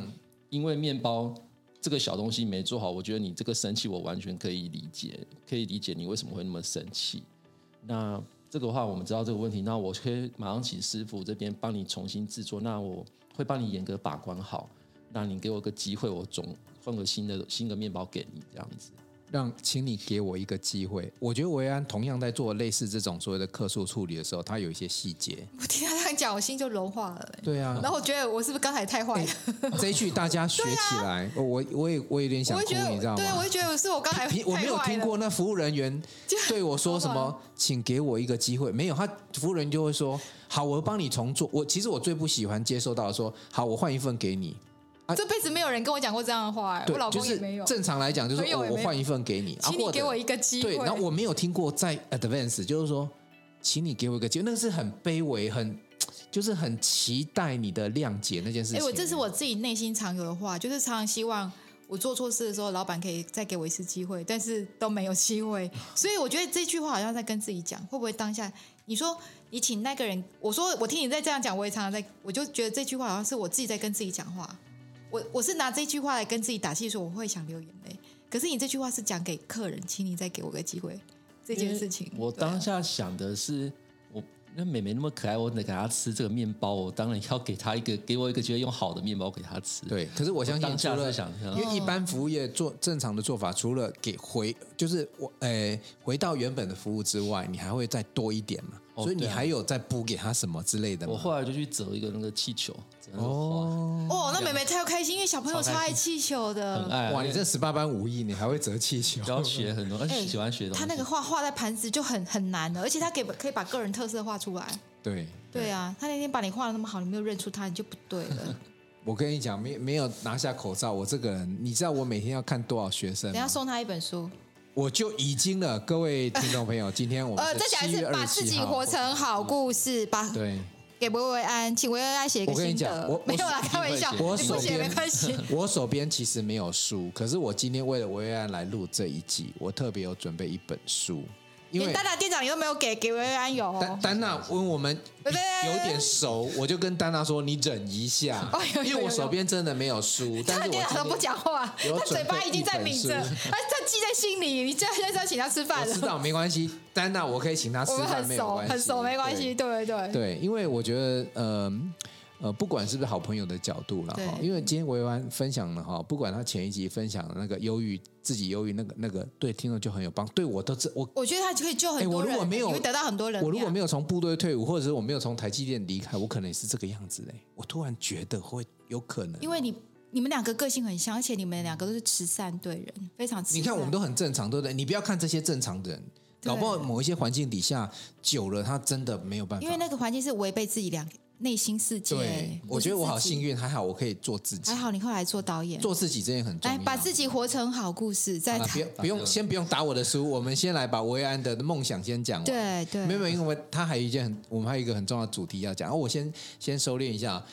S3: 因为面包这个小东西没做好，我觉得你这个生气我完全可以理解，可以理解你为什么会那么生气。那这个话我们知道这个问题，那我可以马上请师傅这边帮你重新制作，那我会帮你严格把关好。那你给我个机会，我总换个新的新的面包给你这样子。
S1: 让，请你给我一个机会。我觉得维安同样在做类似这种所谓的客诉处理的时候，他有一些细节。
S2: 我听他这样讲，我心就融化了、欸
S1: 对啊
S2: 然，后我觉得我是不是刚才太坏了？
S1: 这一句大家学起来，我我我也我有点想
S2: 啊我
S1: 哭
S2: 会觉，得
S1: 你知道
S2: 对，我
S1: 吗？
S2: 会觉得是我刚才
S1: 平我没有
S2: 太坏
S1: 听
S2: 了
S1: 过那服务人员对我说什
S2: 好
S1: 么，请给我一个机会。没有，他服务人就会说：“好，我帮你重做。”我其实我最不喜欢接收到的说：“好，我换一份给你。
S2: 这辈子没有人跟我讲过这样的话、欸，
S1: 啊对
S2: 我老，
S1: 就
S2: 公也
S1: 是
S2: 没有。
S1: 正常来讲，就是
S2: 朋友
S1: 我
S2: 也
S1: 我
S2: 没有
S1: 换一份给你，啊
S2: 请你
S1: 或者
S2: 给我一个机会。
S1: 对，然后我没有听过在 advance，就是说，请你给我一个机会，那个是很卑微，很就是很期待你的谅解那件事
S2: 哎、
S1: 情。
S2: 我这是我自己内心常有的话，就是常常希望我做错事的时候，老板可以再给我一次机会，但是都没有机会。所以我觉得这句话好像在跟自己讲，会不会当下你说你请那个人，我说我听你在这样讲，我也常常在，我就觉得这句话好像是我自己在跟自己讲话。我我是拿这句话来跟自己打气，说我会想流眼泪。可是你这句话是讲给客人，请你再给我个机会这件事情
S3: 因。为我
S2: 对啊
S3: 当下想的是，我那妹妹那么可爱，我得给她吃这个面包，我当然要给她一个，给我一个觉得用好的面包给她吃。，
S1: 对，可是我相信
S3: 当
S1: 除
S3: 下
S1: 了
S3: 是想这样
S1: 因为一般服务业做正常的做法，除了给回，就是我诶、回到原本的服务之外，你还会再多一点嘛，
S3: 哦啊
S1: 所以你
S3: 对啊
S1: 还有再补给他什么之类的
S3: 我
S1: 嘛。
S3: 后来就去折一个那个气球，折那个花，
S2: 哦，那妹妹超开心，因为小朋友超爱气球的，
S3: 很爱啊。
S1: 哇，
S3: 因
S1: 你
S3: 为
S1: 这十八般武艺，你还会折气球？
S3: 要学很多，而且
S2: 哎
S3: 喜欢学东西。
S2: 他那个画画在盘子就很很难的，而且他给可以把个人特色画出来。
S1: 对，
S2: 对啊，他那天把你画的那么好，你没有认出他，你就不对
S1: [LAUGHS]
S2: 了。
S1: 我跟你讲，没没有拿下口罩，我这个人，你知道我每天要看多少学生
S2: 等一下
S1: 吗？
S2: 送他一本书，
S1: 我就已经了，啊各位听众朋友，今天我们
S2: 呃，
S1: 是
S2: 再讲一
S1: 7
S2: 次
S1: 月，
S2: 把
S1: 27
S2: 自己
S1: 号
S2: 活成好故事，把
S1: 对。
S2: 给维维安，请维维安写一个
S1: 我跟你
S2: 心
S1: 讲
S2: 得
S1: 我我。
S2: 没有啦，开玩笑，
S3: 一
S2: 你
S1: 会
S3: 定
S2: 不
S1: 写
S2: 写
S1: 我手边
S2: 没关系。
S1: [LAUGHS] 我手边其实没有书，可是我今天为了维安来录这一集，我特别有准备一本书，因
S2: 连
S1: 为
S2: 丹娜店长有没有给给维维安有哦
S1: 丹？丹娜问我们
S2: 对对对
S1: 有点熟，我就跟丹娜说你忍一下
S2: 哦，有有
S1: 因为我
S2: 有
S1: 手边真的没有书，
S2: 丹
S1: 但
S2: 娜
S1: 是我
S2: 店长都
S1: 今
S2: 不
S1: 天
S2: 讲话，
S1: 有
S2: 他嘴
S1: 准备
S2: 巴已经在抿
S1: 一
S2: 着，
S1: 本
S2: 他他记在心里。你这样就是要请他吃
S1: 我
S2: 饭
S1: 知
S2: 了。
S1: 道没关系，丹娜我可以请她吃
S2: 我们
S1: 饭，
S2: 很
S1: 没有
S2: 熟，
S1: 关系
S2: 很熟，没关系，。
S1: 对
S2: 对对对。
S1: 对，因为我觉得，嗯呃，不管是不是好朋友的角度啦，
S2: 对
S1: 哈，因为今天维安分享了哈，不管他前一集分享的那个忧郁，自己忧郁那个那个，对听众就很有帮，对我都是我
S2: 我觉得他可以救很
S1: 哎我
S2: 多
S1: 如
S2: 人，
S1: 果没有
S2: 你会得到很多人。
S1: 我如果没有从部队退伍，或者是我没有从台积电离开，我可能也是这个样子嘞。我突然觉得会有可能，
S2: 因为你你们两个个性很像，而且你们两个都是慈善对人，非常慈善。
S1: 你看我们都很正常，对不对？你不要看这些正常的人，
S2: 对
S1: 搞不好某一些环境底下久了，他真的没有办法。
S2: 因为那个环境是违背自己两内心世界。
S1: 对，
S2: 不是
S1: 我觉得我好
S2: 自己
S1: 幸，运，还好我可以做自己
S2: 还，好你后来做导演，
S1: 做自己这件很重
S2: 来
S1: 要。
S2: 把自己活成好故事，再
S1: 好了
S2: 谈
S1: 不用不用，先不用打我的书，我们先来把维安的梦想先讲完。
S2: 对对，
S1: 没有，没有因为他还有一件很，我们还有一个很重要的主题要讲。然后我先先收敛一下。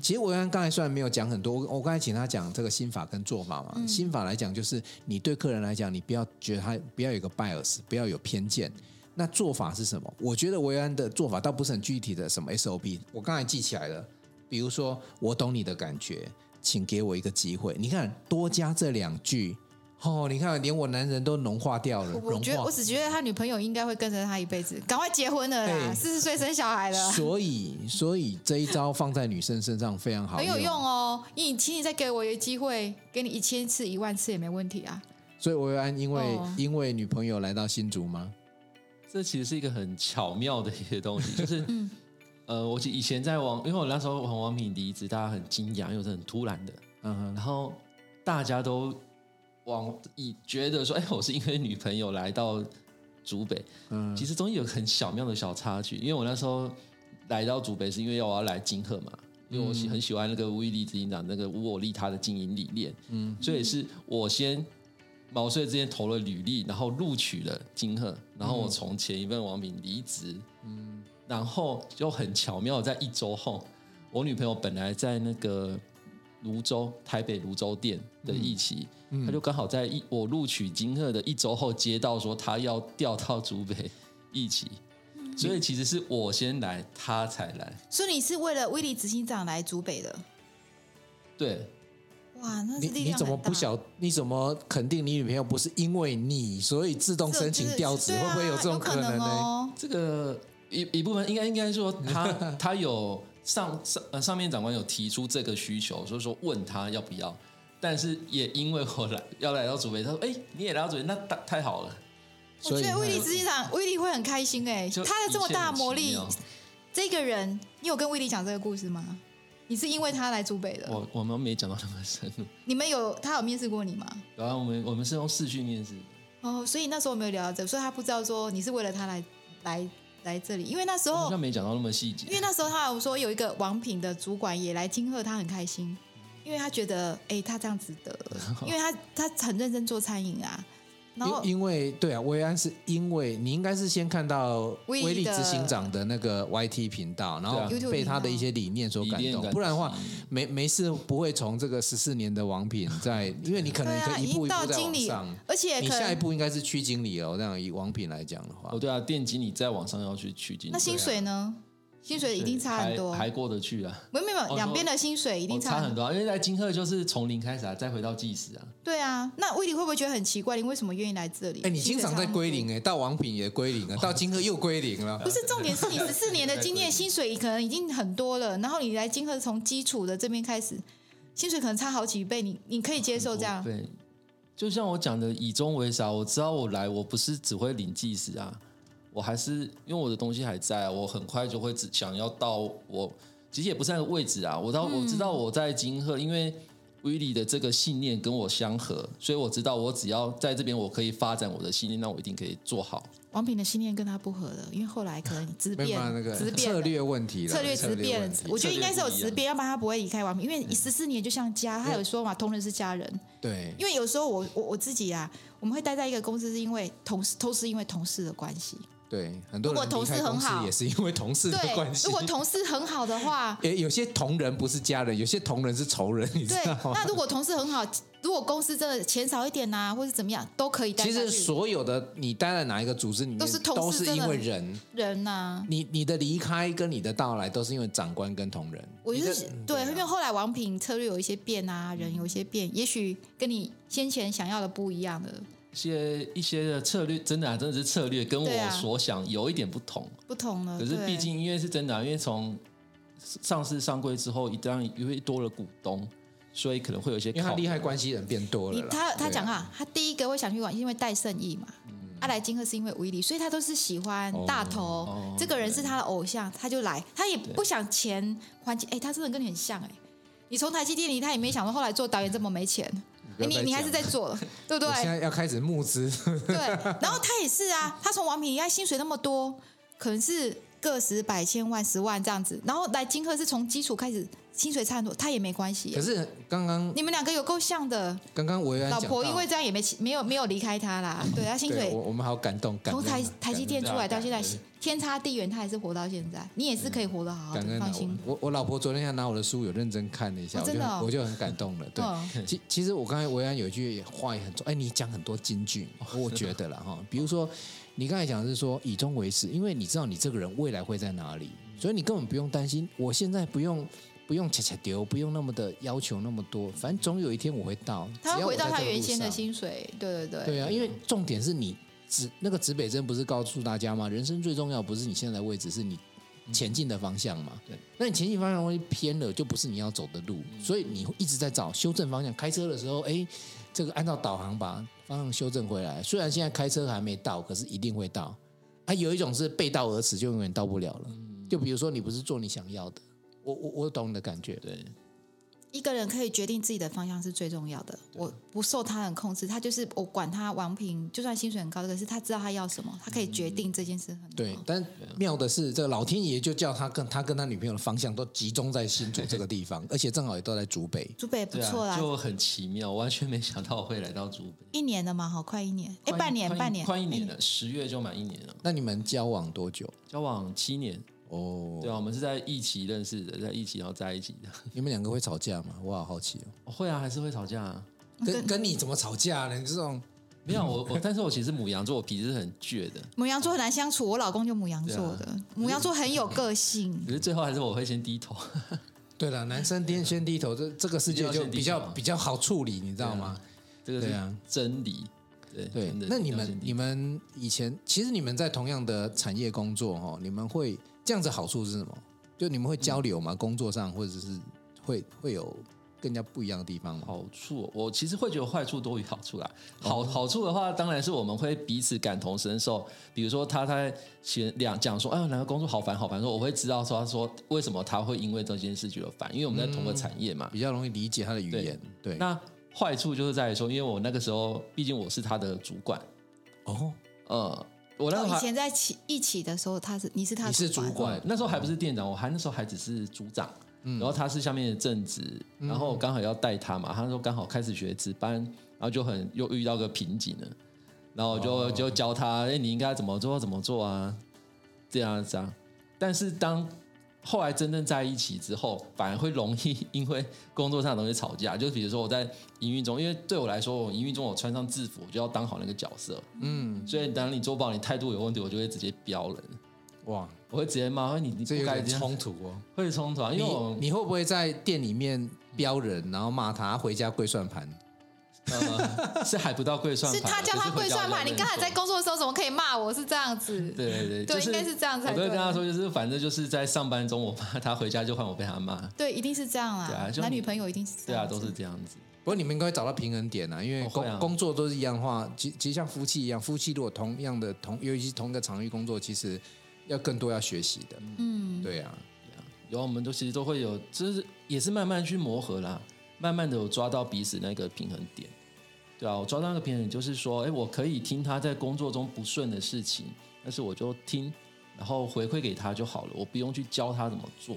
S1: 其实维安刚才虽然没有讲很多，我我刚才请他讲这个心法跟做法嘛。
S2: 嗯
S1: 心法来讲，就是你对客人来讲，你不要觉得他不要有个 bias，不要有偏见。那做法是什么？我觉得维安的做法倒不是很具体的什么 SOP，我刚才记起来了。比如说，我懂你的感觉，请给我一个机会。你看，多加这两句，哦，你看连我男人都融化掉了，
S2: 我
S1: 融
S2: 我觉得
S1: 化
S2: 我。只觉得他女朋友应该会跟着他一辈子，赶快结婚了啦，
S1: 哎
S2: 四十岁生小孩了。
S1: 所以，所以这一招放在女生身上非常好，
S2: 很有用。哦，你请你再给我一个机会，给你一千次、一万次也没问题啊。
S1: 所以维安因为、
S2: 哦
S1: 因为女朋友来到新竹吗？
S3: 这其实是一个很巧妙的一些东西，就是，呃，我以前在王，因为我那时候从王品离职，大家很惊讶，因为我是很突然的，
S1: 嗯哼，
S3: 然后大家都往以觉得说，哎，我是因为女朋友来到竹北，
S1: 嗯
S3: 其实中间有个很巧妙的小插曲，因为我那时候来到竹北是因为我要来金鹤嘛，因为我喜很喜欢那个无与力执行长那个无我利他的经营理念，嗯，所以是我先毛遂自荐投了履历，然后录取了金鹤，然后我从前一份王品离职，嗯，然后就很巧妙，在一周后，我女朋友本来在那个泸州台北泸州店的一期，她就刚好在一我录取金鹤的一周后接到说她要调到竹北一期，
S2: 嗯
S3: 所以其实是我先来，她才来，
S2: 所以你是为了威力执行长来竹北的，
S3: 对。
S2: 哇，那
S1: 你
S2: 是力量
S1: 你怎么
S2: 很大
S1: 不晓？你怎么肯定你女朋友不是因为你，所以自动
S2: 这
S1: 申请调
S2: 这
S1: 职？
S2: 对
S1: 会
S2: 啊
S1: 不会有这种
S2: 可
S1: 能呢？
S2: 哦？
S3: 这个一一部分应该应该说他
S2: [LAUGHS]
S3: 他有上上呃上面长官有提出这个需求，所以说问他要不要，但是也因为我来 [LAUGHS] 要来到主委，他说哎、你也来到主委，那太太好了，
S2: 我
S1: 所以
S2: 觉
S1: 你
S2: 得威
S1: 看
S2: 力执行长威力会很开心哎、
S3: 就
S2: 他的这么大的魔
S3: 一
S2: 力
S3: 切很，奇
S2: 这个人，你有跟威力讲这个故事吗？你是因为他来竹北
S3: 妙
S2: 的，
S3: 我我们没讲到那么深
S2: [LAUGHS]
S3: 入，
S2: 你们有他有面试过你吗？
S3: 然后我们我们是用视讯面试，
S2: 哦，所以那时候没有聊到这个，所以他不知道说你是为了他来来来这里，因为那时
S1: 哦
S3: 好
S2: 候
S3: 像没讲到那么细节
S2: 因，为那时候他有说有一个王品的主管也来金鹤，他很开心，因为他觉得哎、他这样值得，因为他他很认真做餐饮啊，然后
S1: 因因为对啊，维安是因为你应该是先看到
S2: 威
S1: 威
S2: 力
S1: 力
S2: 的
S1: 执行长的那个 YT 频道，然后
S3: 对
S2: 啊 YouTube
S1: 被他的
S2: 频道
S1: 一些理念所感
S3: 理念
S1: 动
S3: 感，
S1: 不然的话
S3: 激
S1: 没没事不会从这个十四年的王品在，因为你可能
S2: 对啊，
S1: 可以
S2: 已
S1: 一步
S2: 经
S1: 一步
S2: 到
S1: 在
S2: 经
S1: 往
S2: 理
S1: 上。，
S2: 而且
S1: 你
S2: 哎可
S1: 下一
S2: 能
S1: 步应该是区经理哦，这样以王品来讲的话
S3: 哦，对啊，店经理在网上要去取经理，
S2: 那薪
S1: 啊
S2: 水呢？薪水一定差很多，
S3: 还还过得去啊，
S2: 没有没有，
S3: 哦
S2: 两边的薪水一定
S3: 哦差
S2: 很
S3: 很多啊，因为在金鹤就是从零开始啊，再回到计时啊，
S2: 对啊，那魏迪会不会觉得很奇怪？你为什么愿意来这里？
S1: 哎、你经常在归零哎、到王品也归
S2: [LAUGHS]
S1: 零了，到金鹤又归零了
S2: 不。是重点是你十四
S1: [LAUGHS]
S2: 年的经验，薪水可能已经很多了，然后你来金鹤从基础的这边开始，薪水可能差好几倍，你你可以接受这
S1: 哦
S2: 样？
S3: 哦对，就像我讲的，以终为少。我知道我来，我不是只会领计时啊，我还是因为我的东西还在啊，我很快就会只想要到我，其实也不是那个位置啊。我到、我知
S2: 嗯
S3: 道我在金鹤，因为威利的这个信念跟我相合，所以我知道我只要在这边，我可以发展我的信念，那我一定可以做好。
S2: 王品的信念跟他不合了，因为后来可能你质
S1: 没
S2: 变
S1: 有那个
S2: 质变
S1: 策
S2: 了
S1: 略问题了，
S2: 策略质变
S1: 问
S2: 了
S1: 题，
S2: 我觉得应该是有
S3: 策略不一
S2: 质
S3: 样
S2: 变，要不然他不会离开王品，因为十四年就像家，他有说嘛，同仁是家人。
S1: 对
S2: 因为有时候我我我自己啊，我们会待在一个公司，是因为同事都是因为同事的关系，
S1: 对，很多
S2: 如果
S1: 人
S2: 同
S1: 离开
S2: 事很
S1: 公司
S2: 好
S1: 也是因为同事的关
S2: 对，
S1: 系。，
S2: 如果同事很好的话
S1: [LAUGHS] 也有些同仁不是家人，有些同仁是仇人，你知
S2: 对
S1: 道，吗
S2: 那？如果同事很好，如果公司真的钱少一点呐、或是怎么样，都可以带
S1: 其
S2: 下
S1: 实
S2: 去。
S1: 所有的你待在哪一个组织里面，
S2: 都是同事
S1: 都是因为人，
S2: 人呐、
S1: 你你的离开跟你的到来都是因为长官跟同仁。
S2: 我就
S1: 你的
S2: 是
S1: 嗯
S2: 对，
S1: 啊嗯
S2: 因为后来王品策略有一些变啊，人有一些变，也许跟你先前想要的不一样的，
S3: 一些一些的策略，真的、啊、真的是策略，跟
S2: 对
S3: 我
S2: 啊
S3: 所想有一点不同。
S2: 不同了。
S3: 可是
S2: 啊对
S3: 毕竟因为是真的啊、因为从上市上柜之后，一当因为多了股东，所以可能会有一些
S1: 因为他
S3: 考
S1: 利
S3: 量
S1: 害关系人变多了
S2: 你
S1: 啦。
S2: 他他
S1: 对嗯
S2: 讲，啊，他第一个会想去玩，因为戴胜义嘛，阿来金赫是因为吴以礼，所以他都是喜欢
S1: 哦
S2: 大头，
S3: 哦
S2: 这个人是他的偶像，他就来，他也不想钱还钱，哎，他真的跟你很像哎、你从台积电里，他也没想到后来做导演这么没钱，
S1: 不要
S2: 哎
S1: 再
S2: 你你还是
S1: 讲
S2: 在
S1: [LAUGHS]
S2: 做了，对不
S1: 我现
S2: 对？
S1: 在要开始募资，
S2: 对，然后他也是啊，他从王品，他薪水那么多，可能是个十百千万十万这样子，然后来金赫是从基础开始，薪水差很多，他也没关系、
S1: 可是刚刚
S2: 你们两个有够像的，
S1: 刚刚维安
S2: 老
S1: 讲
S2: 婆
S1: 到嗯
S2: 因为这样也没没有没有离开他啦，对他薪
S1: 对
S2: 水
S1: 我我们好感动，感
S2: 从
S1: 恩
S2: 台
S1: 啊
S2: 台积电
S1: 感
S2: 出
S1: 恩啊
S2: 来到现在
S3: 感恩
S2: 天差地远，他还是活到现在，你也是可以活得好好
S1: 感
S2: 的，
S1: 恩啊
S2: 放心。
S1: 我我我老婆昨天还拿我的书有认真看了一下，
S2: 哦
S1: 我就
S2: 真的哦
S1: 很我就很感动了。对，
S2: 嗯
S1: 其其实我刚才维安有一句话也很重，哎，你讲很多金句，我觉得了
S2: [LAUGHS]
S1: 哈。比如说，你刚才讲的是说以终为始，因为你知道你这个人未来会在哪里，所以你根本不用担心。我现在不用不用切切丢，不用那么的要求那么多，反正总有一天我会到。
S2: 嗯他
S1: 只
S2: 会
S1: 要我
S2: 回到
S1: 在
S2: 他
S1: 这个路
S2: 原先的
S1: 上
S2: 薪水，对对对，
S1: 对啊，因为重点是你指那个指北针不是告诉大家吗？人生最重要不是你现在的位置，是你前进的方向嘛。
S3: 对，
S1: 那你前进方向会偏了，就不是你要走的路，所以你一直在找修正方向。开车的时候，哎，这个按照导航把方向修正回来。虽然现在开车还没到，可是一定会到。啊，有一种是背道而驰，就永远到不了了。就比如说，你不是做你想要的，我我我懂你的感觉。
S3: 对，
S2: 一个人可以决定自己的方向是最重要的。我不受他人控制，他就是我管他王平，就算薪水很高，可是他知道他要什么，他可以决定这件事很
S1: 嗯
S2: 好。
S3: 哦
S1: 对，但
S3: 啊
S1: 妙的是，这个老天爷就叫他跟他跟他女朋友的方向都集中在新竹这个地
S3: [LAUGHS]
S1: 方，而且正好也都在竹北。
S2: 竹北也不
S3: 对
S2: 错
S3: 啊，
S2: 啦，
S3: 就很奇妙，我完全没想到会来到竹北。
S2: 一年了嘛，好快一年，哎，
S3: 快
S2: [LAUGHS]
S3: 一
S2: 半年
S3: 快一
S2: 半年哎
S3: 快一年了，十月就满一年了。
S1: 那你们交往多久？
S3: 交往七年，
S1: 哦，
S3: 对啊，我们是在一起认识的，在一起然后在一起的。
S1: 你们两个会吵架吗？我好好奇哦。
S3: 哦会啊，还是会吵架啊？
S1: 跟跟你怎么吵架呢？你这种
S3: 没有我我，但是我其实母羊座，我脾气是很倔的。
S2: 母羊座很难相处，我老公就母羊座
S3: 对
S1: 啊
S2: 的，母羊座很有个性
S3: 可。是最后还是我会先低头，
S1: 对了，男生先先低头，这这个世界就比
S3: 啊一
S1: 较
S3: 定要先低头啊
S1: 比较好处理，你知道吗？
S3: 这个
S1: 对
S3: 是
S1: 啊
S3: 真理。对
S1: 对
S3: 真的，
S1: 那你
S3: 要先
S1: 们
S3: 低头
S1: 你们以前其实你们在同样的产业工作哈，你们会这样子好处是什么？就你们会交流吗？工作上或者是会会有更加不一样的地方吗？
S3: 好处，我其实会觉得坏处多于好处啦。好好处的话，当然是我们会彼此感同身受。比如说他在前两讲说，哎呦，哪个工作好烦好烦，说我会知道说他说为什么他会因为这件事觉得烦，因为我们在同个产业嘛。
S1: 比较容易理解他的语言。对，
S3: 那坏处就是在于说，因为我那个时候毕竟我是他的主管，
S1: 哦，
S3: 呃，我那时
S2: 哦
S3: 候
S2: 以
S3: 还、
S2: 前在起一起的时候，他是你是他
S1: 你是主管
S3: 对那时候还不是店长，我还那时候还只是组长。然后他是下面的正职，然后我刚好要带他嘛，他说刚好开始学值班，然后就很又遇到个瓶颈了，然后我就、就教他，哎，你应该怎么做怎么做啊，这样这样。但是当后来真正在一起之后，反而会容易 [LAUGHS] 因为工作上的东西吵架。就比如说我在营运中，因为对我来说，我营运中我穿上制服，我就要当好那个角色，嗯，所以当你做不好，你态度有问题，我就会直接飙人。
S1: 哇，
S3: 我会直接骂，哎你你
S1: 这有
S3: 不该
S1: 点
S3: 这样
S1: 冲突哦。
S3: 会冲突啊，因
S1: 你
S3: 为我嗯
S1: 你会不会在店里面标人，然后骂他回家跪算盘？
S3: 呃 [LAUGHS] 是还不到跪算
S2: 是
S3: 盘啊，
S2: 他叫
S3: 可
S2: 他
S3: 是会
S2: 跪算
S3: 叫
S2: 盘，
S3: 他
S2: 你刚才在
S3: 认错
S2: 工作的时候怎么可以骂我？是这样子，
S3: 对对对，
S2: 对
S3: 就是
S2: 应该是这样才
S3: 我都会
S2: 对
S3: 跟他说，就是反正就是在上班中我骂他，回家就换我被他骂，
S2: 对，一定是这样
S3: 对啊
S2: 啦。
S3: 就
S2: 男
S3: 你
S2: 女朋友一定是这
S3: 对啊，
S2: 样
S3: 都
S2: 子，
S3: 是这样子。
S1: 不过你们应该会找到平衡点啊，因为
S3: 哦
S1: 工、
S3: 会啊
S1: 工作都是一样的话，其其实像夫妻一样，夫妻如果同样的同，尤其是同一个场域工作，其实要更多要学习的。
S2: 嗯，
S1: 对啊，
S3: 然后我们都其实都会有，就是也是慢慢去磨合啦，慢慢的有抓到彼此那个平衡点。对啊，我抓到那个平衡点就是说，哎，我可以听他在工作中不顺的事情，但是我就听，然后回馈给他就好了，我不用去教他怎么做。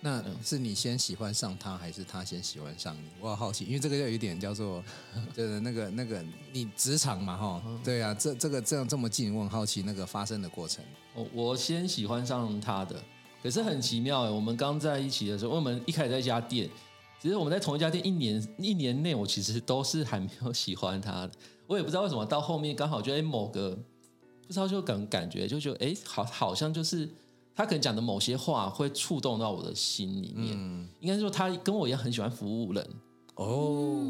S1: 那是你先喜欢上他，还是他先喜欢上你？我好好奇，因为这个要有一点叫
S3: [LAUGHS]
S1: 做，就是那个那个你职场嘛，哈，
S3: 嗯
S1: 对啊，这这个这样这么近，我很好奇那个发生的过程。
S3: 我哦我先喜欢上他的，可是很奇妙哎、我们刚在一起的时候，因为我们一开始在一家店，其实我们在同一家店一年一年内，我其实都是还没有喜欢他的，我也不知道为什么到后面刚好就哎、某个不知道就感感觉就觉得哎、好好像就是他可能讲的某些话会触动到我的心里面，应该说他跟我一样很喜欢服务人，
S1: 哦，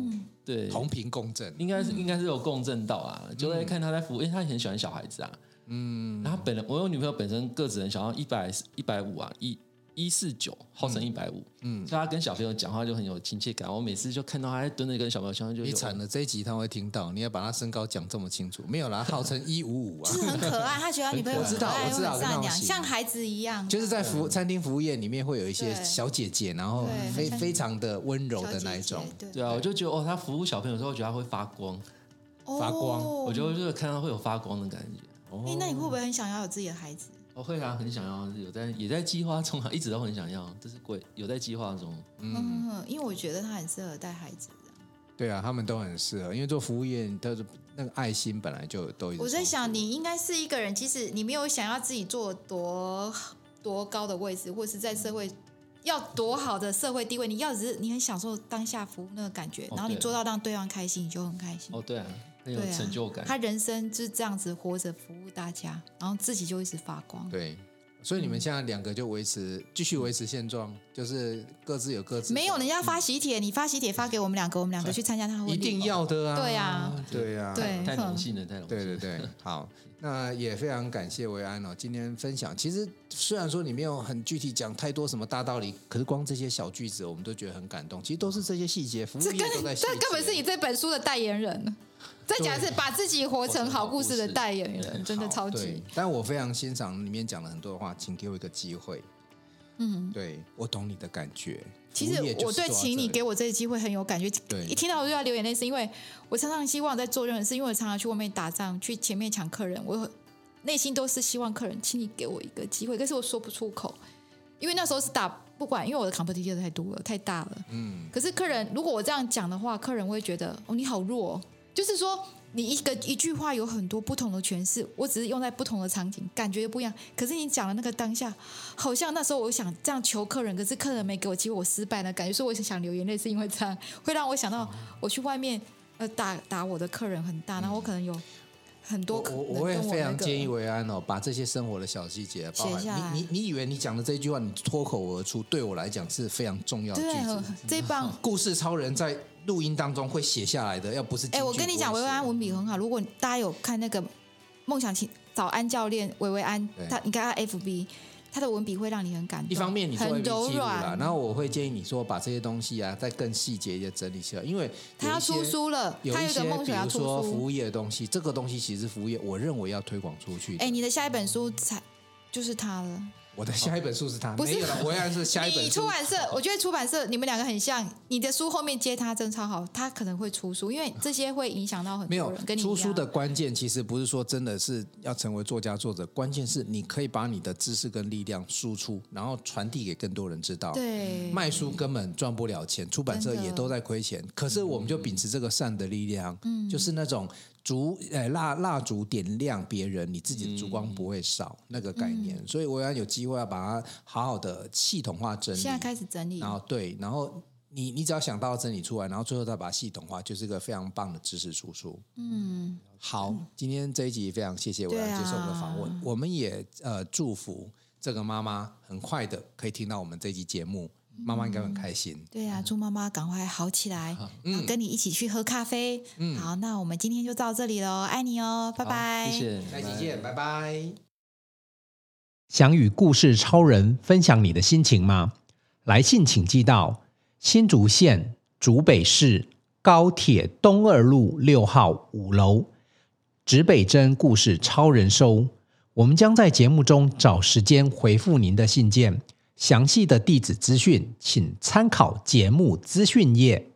S3: 对，
S1: 同频共振，
S3: 应该是应该是有共振到啊，就在看他在服务，因为他很喜欢小孩子啊。嗯，然后本人我有女朋友本身个子很小，要一百一百五啊，一一四九，号称一百五。嗯，所以他跟小朋友讲话就很有亲切感。我每次就看到他在蹲着跟小朋友相处，就
S1: 你
S3: 有
S1: 惨了，这一集他会听到，你要把他身高讲这么清楚，没有啦，号称一五五啊
S2: 就，是很可爱，他觉得他女朋友
S1: [LAUGHS] 我
S2: 很
S1: 知道
S2: 可爱，
S1: 我知
S2: 会
S1: 道
S2: 很
S1: 跟那
S2: 善
S1: 种
S2: 良，
S1: 型
S2: 像孩子一样，啊
S1: 就是在服餐厅服务业里面会有一些
S2: 对
S1: 小姐姐，然后
S2: 对
S1: 非
S2: 很像
S1: 非常的温柔
S2: 小
S1: 的
S2: 姐
S1: 那一
S2: 姐
S1: 种，
S2: 对，
S3: 对啊，我就觉得哦，他服务小朋友的时候，我觉得他会发光，
S1: 发光
S2: 哦
S3: 我就就是看到会有发光的感觉。
S2: 哎，那你会
S1: 哦
S2: 不会很想要有自己的孩子？
S3: 我会啊，很想要，有在也在计划中啊，一直都很想要，这是贵有在计划中。
S2: 嗯，因为我觉得他很适合带孩子的。
S1: 对啊，他们都很适合，因为做服务业，他的那个爱心本来就都一直
S2: 我在
S1: 重复
S2: 想，你应该是一个人，即使你没有想要自己做多多高的位置，或是在社会要多好的社会地位，你要只是你很享受当下服务那个感觉，然后你
S3: 对
S2: 做到让对方开心，你就很开心。
S3: 哦，对啊，很有
S2: 对啊，
S3: 成就感。
S2: 他人生就是这样子活着服务大家，然后自己就一直发光。
S1: 对，所以你们现在两个就维持继续维持现状，就是各自有各自的
S2: 没有人家发喜帖，你发喜帖发给我们两个，我们两个去参加他的婚礼。哦
S1: 一定要的啊，
S2: 对啊，
S1: 对啊，
S2: 对
S3: 太
S2: 哼
S3: 荣幸了，太荣幸
S1: 对
S3: 了。
S1: 对
S2: [LAUGHS]
S1: 对，好，那也非常感谢维安哦，今天分享。其实虽然说你没有很具体讲太多什么大道理，可是光这些小句子我们都觉得很感动。其实都是这些细节，服务
S2: 这
S1: 业
S2: 根
S1: 都在细
S2: 这
S1: 节。
S2: 根本是你这本书的代言人。再讲一次，把自己活成好故事的代言人，真的超
S1: 对
S2: 级。，
S1: 但我非常欣赏里面讲了很多的话，请给我一个机会。嗯，对我懂你的感觉。
S2: 其实
S1: 服务业就
S2: 我
S1: 是
S2: 对
S1: 做到
S2: 请你
S1: 这
S2: 给我这个机会很有感觉
S1: 对，
S2: 一听到我就要流眼泪，是因为我常常希望在做任何事，因为我常常去外面打仗，去前面抢客人，我内心都是希望客人，请你给我一个机会，可是我说不出口，因为那时候是打不管，因为我的 competition 太多了，太大了。嗯，可是客人如果我这样讲的话，客人会觉得哦你好弱、哦，就是说你一个一句话有很多不同的诠释，我只是用在不同的场景，感觉不一样。可是你讲的那个当下，好像那时候我想这样求客人，可是客人没给我机会，我失败了，感觉所以我想流眼泪，是因为这样会让我想到 [LAUGHS] 我去外面呃打打我的客人很大，然后我可能有很多
S1: 我
S2: 可
S1: 我
S2: 能跟
S1: 我会非
S2: 那
S1: 常
S2: 个
S1: 建议维安哦，把这些生活的小细节包
S2: 写下
S1: 含
S2: 来
S1: 你你你以为你讲的这句话，你脱口而出，对我来讲是非常重要的句
S2: 对哦
S1: 子。
S2: 这一棒
S1: 故事超人在录音当中会写下来的，要不是
S2: 哎、
S1: 京剧
S2: 我跟你讲，
S1: 不
S2: 维
S1: 会
S2: 维
S1: 写
S2: 安文笔很好。如果大家有看那个《梦想清早安教练》维维安
S1: 对，
S2: 他你看他 FB，他的文笔会让你很感动。
S1: 一方面你做
S2: 很
S1: A B
S2: 柔
S1: 记录啦
S2: 软，，
S1: 然后我会建议你说把这些东西啊再更细节一些整理起来，因为
S2: 他
S1: 有一
S2: 要
S1: 些
S2: 出书了，
S1: 有
S2: 他
S1: 一
S2: 有一
S1: 些
S2: 个梦
S1: 比
S2: 想要
S1: 如
S2: 出
S1: 说服
S2: 书。
S1: 务业的东西，这个东西其实服务业，我认为要推广出去的。
S2: 哎、你的下一本书才就是他了。
S1: 我的下一本书是他，
S2: 不是
S1: 没有了，维安是下一本
S2: [LAUGHS] 你
S1: 书
S2: 出。版社，我觉得出版社你们两个很像，你的书后面接他真超好，他可能会出书，因为这些会影响到很
S1: 没
S2: 多
S1: 有
S2: 人。跟你一
S1: 出
S2: 样
S1: 书的关键，其实不是说真的是要成为作家作者，关键是你可以把你的知识跟力量输出，然后传递给更多人知道。
S2: 对，
S1: 卖书根本赚不了钱，出版社
S2: 真的
S1: 也都在亏
S2: 嗯
S1: 钱。可是我们就秉持这个善的力量，就是那种烛呃蜡蜡烛点亮别人，你自己的烛光不会少、
S2: 嗯
S1: 那个概念。所以我要有机会要把它好好的系统化整理，
S2: 现在开始整理
S1: 然，后对，然后你你只要想到整理出来，然后最后再把它系统化，就是一个非常棒的知识输出。嗯，好，今天这一集非常谢谢我
S2: 嗯对
S1: 来
S2: 啊
S1: 接受我们的访问，我们也呃祝福这个妈妈很快的可以听到我们这一集节目，妈妈应该很开心。嗯
S2: 对呀、祝妈妈赶快好起来，
S3: 嗯
S2: 然后跟你一起去喝咖啡。好，那我们今天就到这里喽，爱你哦，拜
S3: 好
S2: 拜。
S3: 谢谢，
S1: 下一集
S3: 拜
S1: 见，拜拜。
S4: 想与故事超人分享你的心情吗？来信请寄到新竹县竹北市高铁东二路六号五楼，指北针故事超人收。我们将在节目中找时间回复您的信件，详细的地址资讯请参考节目资讯页。